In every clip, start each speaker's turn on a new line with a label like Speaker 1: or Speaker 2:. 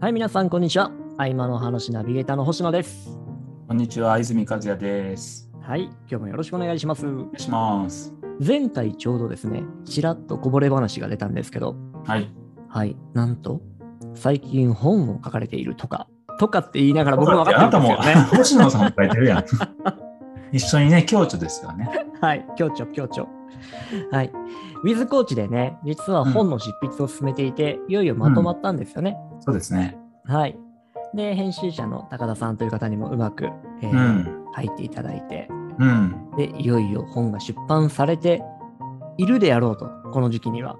Speaker 1: はい、皆さん、こんにちは。合間の話ナビゲーターの星野です。
Speaker 2: こんにちは、泉和也です。
Speaker 1: はい、今日もよろしくお願いします。
Speaker 2: お願いします。
Speaker 1: 前回ちょうどですね、ちらっとこぼれ話が出たんですけど、
Speaker 2: はい。
Speaker 1: はい、なんと、最近本を書かれているとか、とかって言いながら僕も分
Speaker 2: あ
Speaker 1: か
Speaker 2: な
Speaker 1: って
Speaker 2: た
Speaker 1: るんで
Speaker 2: も
Speaker 1: すけどね。
Speaker 2: 星野さんも書いてるやん。 一緒にね、共著ですよね。
Speaker 1: はい、強調、強調。はい。ウィズコーチでね、実は本の執筆を進めていて、いよいよまとまったんですよね。
Speaker 2: そうですね。
Speaker 1: はい。で、編集者の高田さんという方にもうまく、えー
Speaker 2: うん。
Speaker 1: 入っていただいて、
Speaker 2: うん。
Speaker 1: で、いよいよ本が出版されているであろうと、この時期には。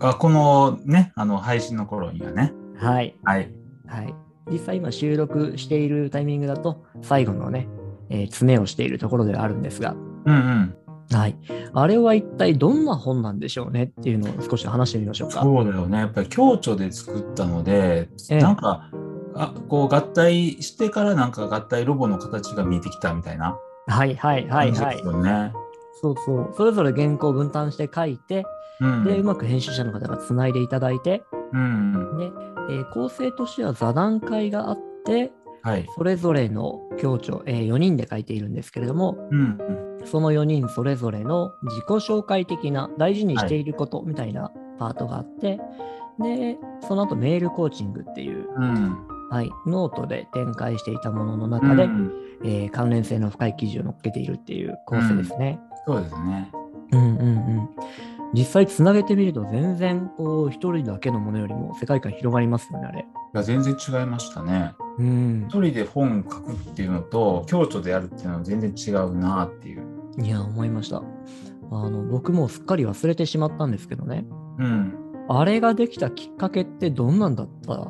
Speaker 2: あこのね、あの配信の頃にはね。
Speaker 1: はい。
Speaker 2: はい。
Speaker 1: はい。実際今収録しているタイミングだと、最後のね、えー詰めをしているところではあるんですが、
Speaker 2: うんうん。
Speaker 1: はい。あれは一体どんな本なんでしょうねっていうのを少し話してみましょうか。
Speaker 2: そうだよね。やっぱり共著で作ったので、
Speaker 1: ええ
Speaker 2: なんか、あこう合体してからなんか合体ロボの形が見えてきたみたいな
Speaker 1: はいはいはい
Speaker 2: 感じ
Speaker 1: は
Speaker 2: で
Speaker 1: い
Speaker 2: す。よね。
Speaker 1: そうそう。それぞれ原稿を分担して書いて、
Speaker 2: うん。
Speaker 1: で、うまく編集者の方がつないでいただいて、
Speaker 2: うんうん。
Speaker 1: ねえー構成としては座談会があって、
Speaker 2: はい。
Speaker 1: それぞれの協調、え4人で書いているんですけれども、
Speaker 2: うんうん。
Speaker 1: その4人それぞれの自己紹介的な大事にしていることみたいなパートがあって、で、その後メールコーチングっていう、
Speaker 2: うん。
Speaker 1: はい、ノートで展開していたものの
Speaker 2: う
Speaker 1: 中
Speaker 2: んう
Speaker 1: で、
Speaker 2: ん。
Speaker 1: えー関連性の深い記事を載っけているっていう構成ですね。
Speaker 2: そうですね。
Speaker 1: うんうんうん。実際つなげてみると全然こう一人だけのものよりも世界観広がりますよね、あれ。
Speaker 2: いや全然違いましたね。
Speaker 1: うん。
Speaker 2: 一人で本書くっていうのと共著でやるっていうのは全然違うなっていう。
Speaker 1: いや、思いました。あの、僕もすっかり忘れてしまったんですけどね。
Speaker 2: うん。
Speaker 1: あれができたきっかけってどんなんだった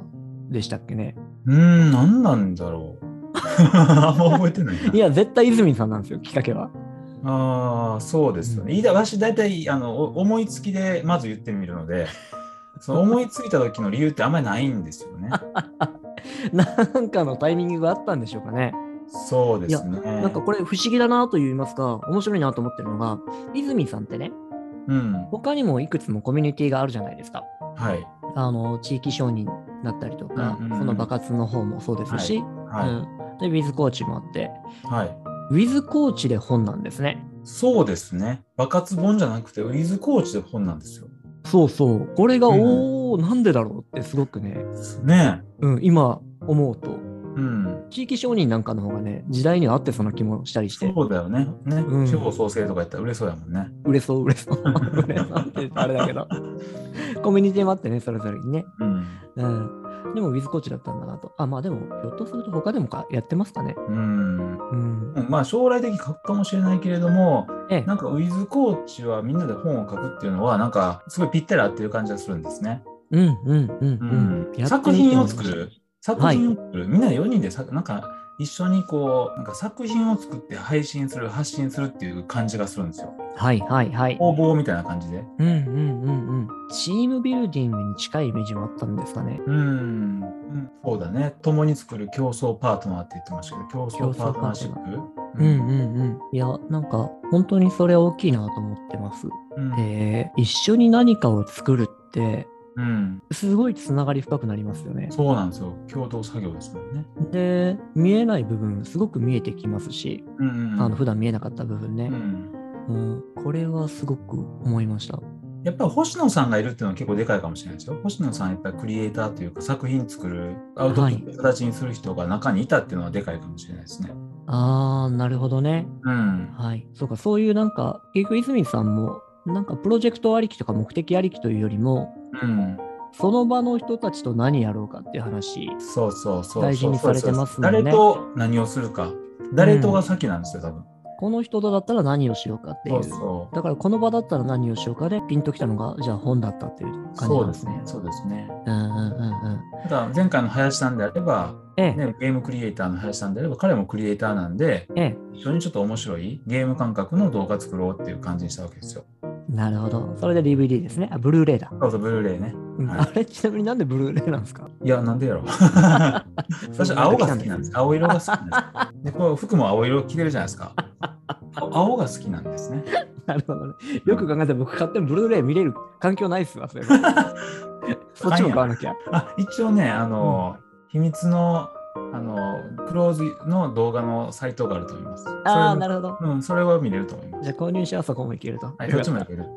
Speaker 1: でしたっけね。
Speaker 2: うーん、何なんだろう。 あんま覚えてないない
Speaker 1: や、絶対泉さんなんですよ、きっかけは。
Speaker 2: ああ、そうですよね。いだわし大体あのお思いつきでまず言ってみるの で、その思いついた時の理由ってあんまりないんですよね。
Speaker 1: なんかのタイミングがあったんでしょうかね。
Speaker 2: そうですね。
Speaker 1: なんかこれ不思議だなと言いますか、面白いなと思ってるのが、泉さんってね、
Speaker 2: うん。
Speaker 1: 他にもいくつもコミュニティがあるじゃないですか。
Speaker 2: はい。
Speaker 1: あの、地域承認だったりとか、
Speaker 2: うんうんうん
Speaker 1: その部活の方もそうですし、
Speaker 2: はい。
Speaker 1: うん、で、ウィズコーチもあって、
Speaker 2: はい。
Speaker 1: ウィズコーチで本なんですね。
Speaker 2: そうですね。爆活本じゃなくて、ウィズコーチで本なんですよ。
Speaker 1: そうそう。これが、
Speaker 2: うん
Speaker 1: おおなんでだろうってすごくね、
Speaker 2: ね
Speaker 1: うん、今思うと、
Speaker 2: え。うん。
Speaker 1: 地域承認なんかの方がね、時代には合ってその気もしたりして、
Speaker 2: そうだよね。ね、
Speaker 1: うん
Speaker 2: 地方創生とかやったら売れそうやもんね。
Speaker 1: 売れそう、売れ そう、売れそうって言ったらあれだけど、コミュニティもあってね、それぞれにね。
Speaker 2: うん。
Speaker 1: うん。でも、ウィズコーチだったんだなと。あ、まあでも、ひょっとすると他でもかやってますかね。
Speaker 2: うん。
Speaker 1: うん。
Speaker 2: まあ将来的に書くかもしれないけれども、
Speaker 1: ええ
Speaker 2: な、んかウィズコーチはみんなで本を書くっていうのは、なんかすごいぴったり合ってる感じがするんですね。
Speaker 1: うん、うん、うん
Speaker 2: う
Speaker 1: うん
Speaker 2: ん。
Speaker 1: やってみても
Speaker 2: 作品を作る。。作
Speaker 1: はい
Speaker 2: 品を作る。みんな4人で作、なんか一緒にこう、なんか作品を作って配信する、発信するっていう感じがするんですよ。
Speaker 1: はい、はい、はい。
Speaker 2: 工房みたいな感じで。
Speaker 1: うん、うん、うん、うん。チームビルディングに近いイメージもあったんですかね。
Speaker 2: うん。うんそうだね。共に作る競争パートナーって言ってましたけど、競争パートナーシップ。
Speaker 1: うん、うん、うん。いや、なんか、本当にそれ大きいなと思ってます。
Speaker 2: うん。うん
Speaker 1: えー一緒に何かを作るって、
Speaker 2: うん。
Speaker 1: すごいつながり深くなりますよね。
Speaker 2: そうなんですよ。共同作業ですもんね。
Speaker 1: で、見えない部分、すごく見えてきますし、
Speaker 2: うんうんうん
Speaker 1: あの普段見えなかった部分
Speaker 2: う
Speaker 1: ね、
Speaker 2: ん、
Speaker 1: うんこれはすごく思いました。
Speaker 2: やっぱり星野さんがいるっていうのは結構でかいかもしれないですよ。星野さんやっぱりクリエイターというか作品作る、アウトプットを形にする人が中にいたっていうのはでかいかもしれないですね。
Speaker 1: あー、なるほどね。
Speaker 2: うん。
Speaker 1: はい。そうか、そういうなんか、結局泉さんも、なんかプロジェクトありきとか目的ありきというよりも、
Speaker 2: うん。
Speaker 1: その場の人たちと何やろうかっていう話。
Speaker 2: そうそうそうそう。
Speaker 1: 大事にされてますもんね
Speaker 2: 誰と何をするか。誰とが先なんですよ、多分。
Speaker 1: この人とだったら何をしようかってい。
Speaker 2: そううそ
Speaker 1: だからこの場だったら何をしようかで、ピンときたのが、じゃあ本だったっていう
Speaker 2: う。
Speaker 1: 感じ
Speaker 2: そ
Speaker 1: な
Speaker 2: うんで
Speaker 1: です
Speaker 2: すね
Speaker 1: ね。。
Speaker 2: そうですね。
Speaker 1: うんうんうんうん。
Speaker 2: ただ前回の林さんであれば、
Speaker 1: ええ、
Speaker 2: ね、ゲームクリエイターの林さんであれば、彼もクリエイターなんで、
Speaker 1: ええ。
Speaker 2: 一緒にちょっと面白いゲーム感覚の動画作ろうっていう感じにしたわけですよ。
Speaker 1: なるほど。それで DVD ですね。あ、ブルーレイだ。
Speaker 2: そうそう、ブルーレイね。
Speaker 1: うん
Speaker 2: はい
Speaker 1: あれ、ちなみになんでブルーレイなんですか
Speaker 2: いや、なんでやろう。私、青が好きなんです。青色が好きなん です。で、こう服も青色着てるじゃないですか。青が好きなんですね。
Speaker 1: なるほどね。 よく考えたら僕勝手にブルーレイ見 れる環境ないっすわ、それ。そっちも買わなきゃ。
Speaker 2: あ、一応ね、あの、秘密のあのクローズの動画のサイトがあると思います。
Speaker 1: ああ、
Speaker 2: それ
Speaker 1: なるほど。
Speaker 2: うん、それは見れると思います。
Speaker 1: じゃあ購入者はそこも行けると。
Speaker 2: はい、どっちもやれる。はい。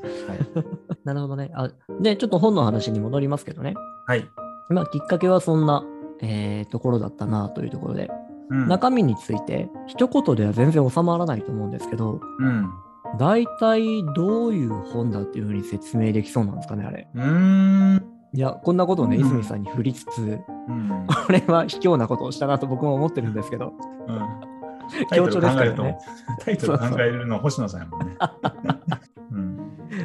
Speaker 1: なるほどね。あで、ちょっと本の話に戻りますけどね。
Speaker 2: はい
Speaker 1: まあ、きっかけはそんな、えーところだったなというところで、
Speaker 2: うん、
Speaker 1: 中身について、一言では全然収まらないと思うんですけど、
Speaker 2: うん
Speaker 1: 大体どういう本だっていうふうに説明できそうなんですかね、あれ。
Speaker 2: うーん。
Speaker 1: いや、こんなことをね、
Speaker 2: うん
Speaker 1: 泉さんに振りつつ、
Speaker 2: うん。
Speaker 1: これは卑怯なことをしたなと僕も思ってるんですけど、
Speaker 2: うん
Speaker 1: 強調ですからね。
Speaker 2: タイトル考えるとタイトル考えるのは星野さんやもんね。うん。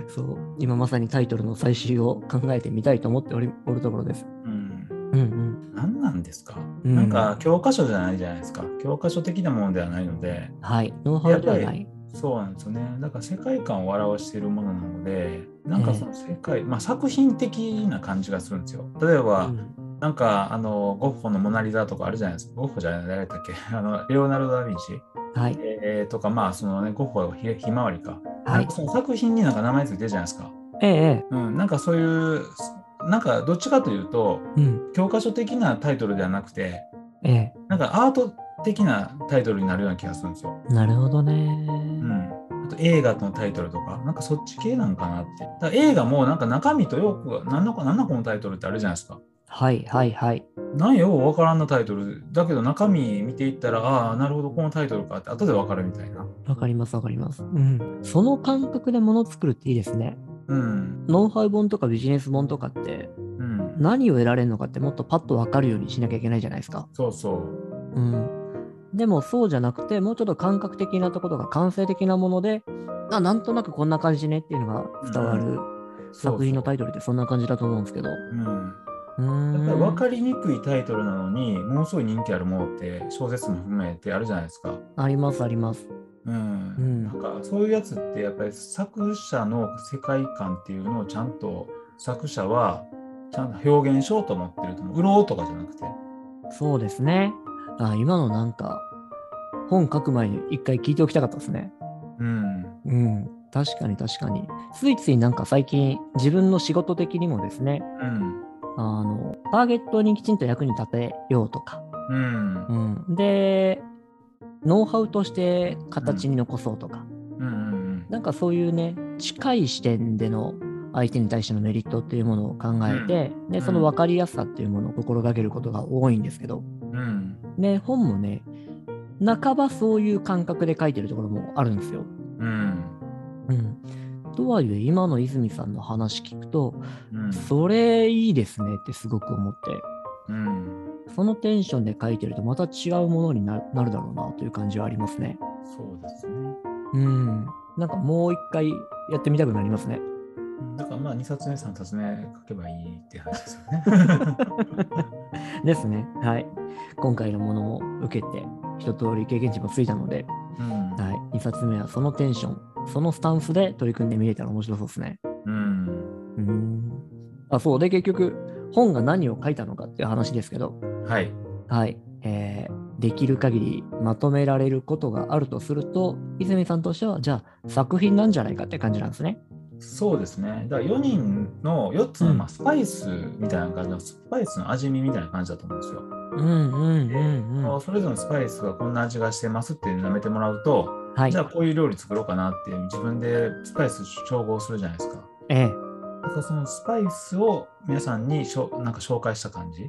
Speaker 1: そう、今まさにタイトルの最終を考えてみたいと思っておりおるところです。
Speaker 2: うん。
Speaker 1: うんうん。
Speaker 2: 何なんですか、
Speaker 1: うん
Speaker 2: なんか教科書じゃないじゃないですか。教科書的なものではないので、
Speaker 1: はい、ノウハウでは
Speaker 2: やっ
Speaker 1: な
Speaker 2: ぱ
Speaker 1: い。
Speaker 2: そうなんですよね。だから世界観を表しているものなので、なんかその世界、まあ作品的な感じがするんですよ。例えば、
Speaker 1: うん
Speaker 2: なんかあの、ゴッホのモナリザとかあるじゃないですか。ゴッホじゃない、誰だっけあの、レオナルド・ダ・ヴィンチ、
Speaker 1: はい、
Speaker 2: えーとか、まあそのね、ゴッホはひひまわりか。
Speaker 1: は
Speaker 2: なん
Speaker 1: い
Speaker 2: か。その作品になんか名前ついてるじゃないですか。
Speaker 1: ええ、え
Speaker 2: うん、なんかそういう、なんかどっちかというと、
Speaker 1: え、うん、
Speaker 2: 教科書的なタイトルではなくて、
Speaker 1: え
Speaker 2: なんかアート的なタイトルになるような気がするんですよ。
Speaker 1: え、なるほどね。
Speaker 2: うん。あと映画のタイトルとか、なんかそっち系なんかなって。だから映画もなんか中身とよく、何のか何のこのタイトルってあるじゃないですか。
Speaker 1: はい、はい、はい。
Speaker 2: なんよ、わからんなタイトル。だけど中身見ていったら、ああ、なるほど、このタイトルかって、後でわかるみたいな。
Speaker 1: わかります、わかります。うん。その感覚で物作るっていいですね。
Speaker 2: うん。
Speaker 1: ノウハウ本とかビジネス本とかって、
Speaker 2: うん。
Speaker 1: 何を得られるのかってもっとパッとわかるようにしなきゃいけないじゃないですか。
Speaker 2: そうそう。
Speaker 1: うん。でもそうじゃなくて、もうちょっと感覚的なところが感性的なもので、あ、なんとなくこんな感じねっていうのが伝わる作品のタ
Speaker 2: イ
Speaker 1: イトルってそんな感じだと思うんですけど。う
Speaker 2: トル。うん。
Speaker 1: ー
Speaker 2: やっ
Speaker 1: ん。
Speaker 2: ぱり分かりにくいタイトルなのに、ものすごい人気あるものって小説も含めてあるじゃないですか。
Speaker 1: あります、あります。
Speaker 2: うん。
Speaker 1: うん
Speaker 2: なんかそういうやつってやっぱり作者の世界観っていうのをちゃんと作者はちゃんと表現しようと思ってると思う。売ろうとかじゃなくて。
Speaker 1: そうですね。あ、今のなんか、本書く前に一回聞いておきたかったですね。
Speaker 2: うん。
Speaker 1: うん、確かに確かに。ついついなんか最近自分の仕事的にもですね、
Speaker 2: うん。
Speaker 1: あの、ターゲットにきちんと役に立てようとか、
Speaker 2: うん
Speaker 1: う。ん、で、ノウハウとして形に残そうとか、
Speaker 2: うん。うん。
Speaker 1: なんかそういうね、近い視点での相手に対してのメリットっていうものを考えて、で、その分かりやすさっていうものを心がけることが多いんですけど、
Speaker 2: うん。
Speaker 1: ね、本もね、半ばそういう感覚で書いてるところもあるんですよ。
Speaker 2: うん。
Speaker 1: うん、とはいえ今の泉さんの話聞くと、
Speaker 2: うん。
Speaker 1: それいいですねってすごく思って
Speaker 2: うん。
Speaker 1: そのテンションで書いてるとまた違うものにななるだろうなという感じはありますね。
Speaker 2: そうですね。
Speaker 1: うん、なんかもう一回やってみたくなりますね。
Speaker 2: うんだからまあ2冊目3冊目書けばいいって話ですよね。
Speaker 1: ですね。はい。今回のものも受けて一通り経験値もついたので、
Speaker 2: うん。
Speaker 1: はい、2冊目はそのテンションそのスタンスで取り組んでみれたら面白そうですね。
Speaker 2: うん。
Speaker 1: うんあそうで結局本が何を書いたのかっていう話ですけど
Speaker 2: はい。
Speaker 1: はい、えーできる限りまとめられることがあるとすると、泉さんとしては、じゃあ作品なんじゃないかって感じなんですね。
Speaker 2: そうですね。だから4人の4つの、
Speaker 1: うん
Speaker 2: まあ、スパイスみたいな感じの、スパイスの味見みたいな感じだと思うんですよ。
Speaker 1: うんうんうんうん。
Speaker 2: それぞれのスパイスがこんな味がしてますって舐めてもらうと、
Speaker 1: はい
Speaker 2: じゃあ。こういう料理作ろうかなって自分でスパイス調合するじゃないですか。
Speaker 1: ええ。
Speaker 2: だからそのスパイスを皆さんにしょなんか紹介した感じ。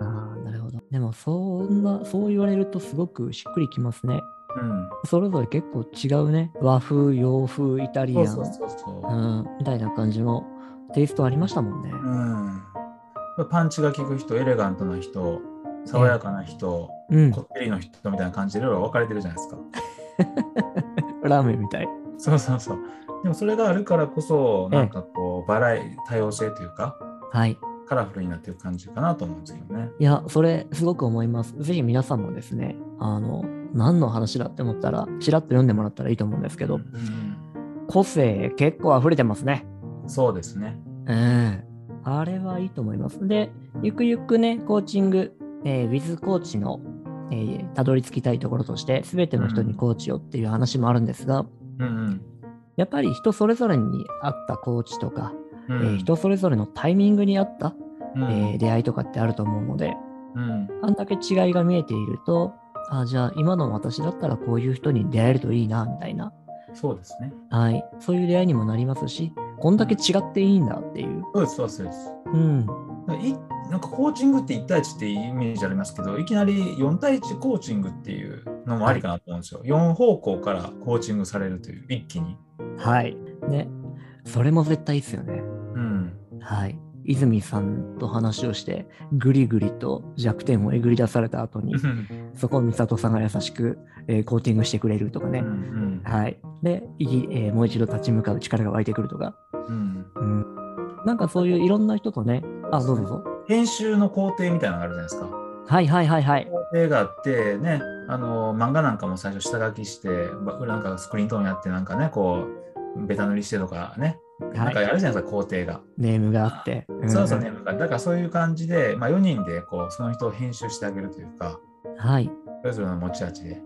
Speaker 1: ああ、なるほど。でも、そんな、そう言われるとすごくしっくりきますね。
Speaker 2: うん。
Speaker 1: それぞれ結構違うね。和風、洋風、イタリア
Speaker 2: そ
Speaker 1: ン、
Speaker 2: うそうそう
Speaker 1: う
Speaker 2: そう。
Speaker 1: ん、みたいな感じのテイストありましたもんね。
Speaker 2: うん。パンチが効く人、エレガントな人、爽やかな人、
Speaker 1: うん。
Speaker 2: こってりの人みたいな感じでいろいろ分かれてるじゃないですか。
Speaker 1: ラーメンみたい。
Speaker 2: そうそうそう。でもそれがあるからこそ、なんかこう、バラエ、多様性というか、
Speaker 1: はい。
Speaker 2: カラフルになってる感じかなと思うんですけどね。
Speaker 1: いや、それすごく思います。ぜひ皆さんもですね、あの、何の話だって思ったら、ちらっと読んでもらったらいいと思うんですけど、
Speaker 2: うん
Speaker 1: 個性結構溢れてますね。
Speaker 2: そうですね。
Speaker 1: うん。あれはいいと思います。で、ゆくゆくね、コーチング、えー、ウィズコーチの、えーたどり着きたいところとして、すべての人にコーチをっていう話もあるんですが、
Speaker 2: うん
Speaker 1: やっぱり人それぞれに合ったコーチとか、
Speaker 2: うん。う
Speaker 1: え
Speaker 2: ん
Speaker 1: ー人それぞれのタイミングに合った、
Speaker 2: うん
Speaker 1: えー出会いとかってあると思うので、
Speaker 2: うん。
Speaker 1: あんだけ違いが見えていると、あじゃあ今の私だったらこういう人に出会えるといいな、みたいな、
Speaker 2: そうですね。
Speaker 1: はい、そういう出会いにもなりますし、こんだけ違っていいんだっていう。
Speaker 2: そうです、そうですそうです。
Speaker 1: うん。
Speaker 2: いなんかコーチングって1対1ってイメージありますけど、いきなり4対1コーチングっていうのもありかなと思うんですよ。4方向からコーチングされるという、一気に。
Speaker 1: はい。ね。それも絶対いいっすよね。
Speaker 2: うん。
Speaker 1: はい。泉さんと話をして、ぐりぐりと弱点をえぐり出された後に、そこを美里さんが優しく、えーコーティングしてくれるとか
Speaker 2: う
Speaker 1: ね。
Speaker 2: ん
Speaker 1: はい。で、いいえーもう一度立ち向かう力が湧いてくるとか。
Speaker 2: うんうん
Speaker 1: うん。なんかそういういろんな人とね、あ、どうぞどうぞ。
Speaker 2: 編集の工程みたいなのがあるじゃないですか。
Speaker 1: はいはいはいはい。
Speaker 2: 工程があってねあの漫画なんかも最初下書きしてばなんかスクリーントーンやってなんかねこうベタ塗りしてとかね、なんか
Speaker 1: は
Speaker 2: や
Speaker 1: い。
Speaker 2: るじゃないですか工程が、
Speaker 1: ネームがあって。ん
Speaker 2: そうそうね。だからそういう感じで、まあ、4人でこうその人を編集してあげるというか
Speaker 1: はい。
Speaker 2: それぞれの持ち味で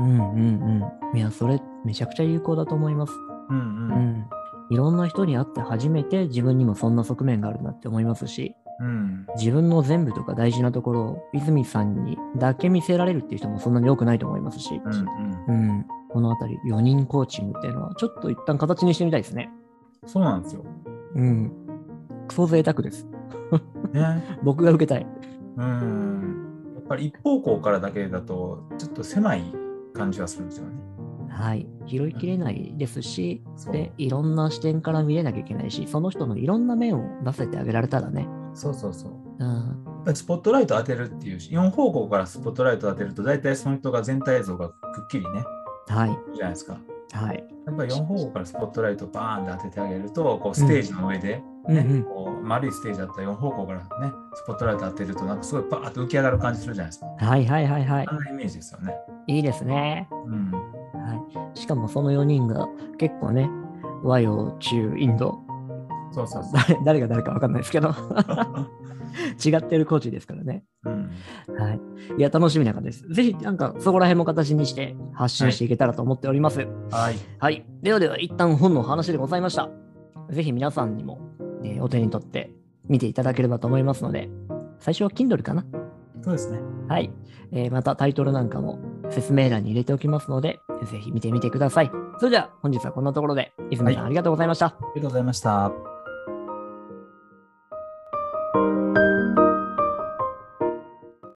Speaker 1: うんうんうん。いや、それめちゃくちゃ有効だと思います。
Speaker 2: うん
Speaker 1: う
Speaker 2: うん
Speaker 1: ん。いろんな人に会って初めて自分にもそんな側面があるなって思いますし、
Speaker 2: うん
Speaker 1: 自分の全部とか大事なところを泉さんにだけ見せられるっていう人もそんなに多くないと思いますし、
Speaker 2: うんうん
Speaker 1: うん、このあたり4人コーチングっていうのはちょっと一旦形にしてみたいですね。
Speaker 2: そうなんですよ
Speaker 1: うん。クソ贅沢です。
Speaker 2: ね
Speaker 1: 僕が受けたい。
Speaker 2: うんやっぱり一方向からだけだとちょっと狭い感じはするんですよね
Speaker 1: はい。拾いきれないですし、
Speaker 2: そう
Speaker 1: で、いろんな視点から見れなきゃいけないし、その人のいろんな面を出せてあげられたらね、
Speaker 2: そうそうそう
Speaker 1: うん、
Speaker 2: やっぱりスポットライト当てるっていうし、4方向からスポットライト当てると、大体その人が全体像がくっきりね、
Speaker 1: はい、
Speaker 2: じゃないですか。
Speaker 1: はい。
Speaker 2: やっぱり4方向からスポットライトバーンって当ててあげると、こうステージの上で、
Speaker 1: うんう
Speaker 2: ね
Speaker 1: ん、
Speaker 2: こう丸いステージだったら4方向からね、スポットライト当てると、なんかすごいバーンと浮き上がる感じするじゃないですか。
Speaker 1: はいはいはいはい
Speaker 2: あ。んなイメージですよね。
Speaker 1: いいですね。
Speaker 2: うん。
Speaker 1: はい、しかもその4人が結構ね、和洋中インド、
Speaker 2: そうそうそう。
Speaker 1: 誰誰が誰か分かんないですけど、 違ってるコーチですからね。
Speaker 2: うん、
Speaker 1: はい、いや、楽しみな感じです。ぜひ、なんかそこら辺も形にして発信していけたらと思っております。はい、
Speaker 2: はい。
Speaker 1: ではでは、一旦本のお話でございました。ぜひ皆さんにも、えーお手に取って見ていただければと思いますので、最初は Kindle かな。
Speaker 2: そうですね。
Speaker 1: はい、えーまたタイトルなんかも説明欄に入れておきますので、ぜひ見てみてください。それでは本日はこんなところで、泉さん、
Speaker 2: はい
Speaker 1: ありがとうございました。
Speaker 2: ありがとうございました。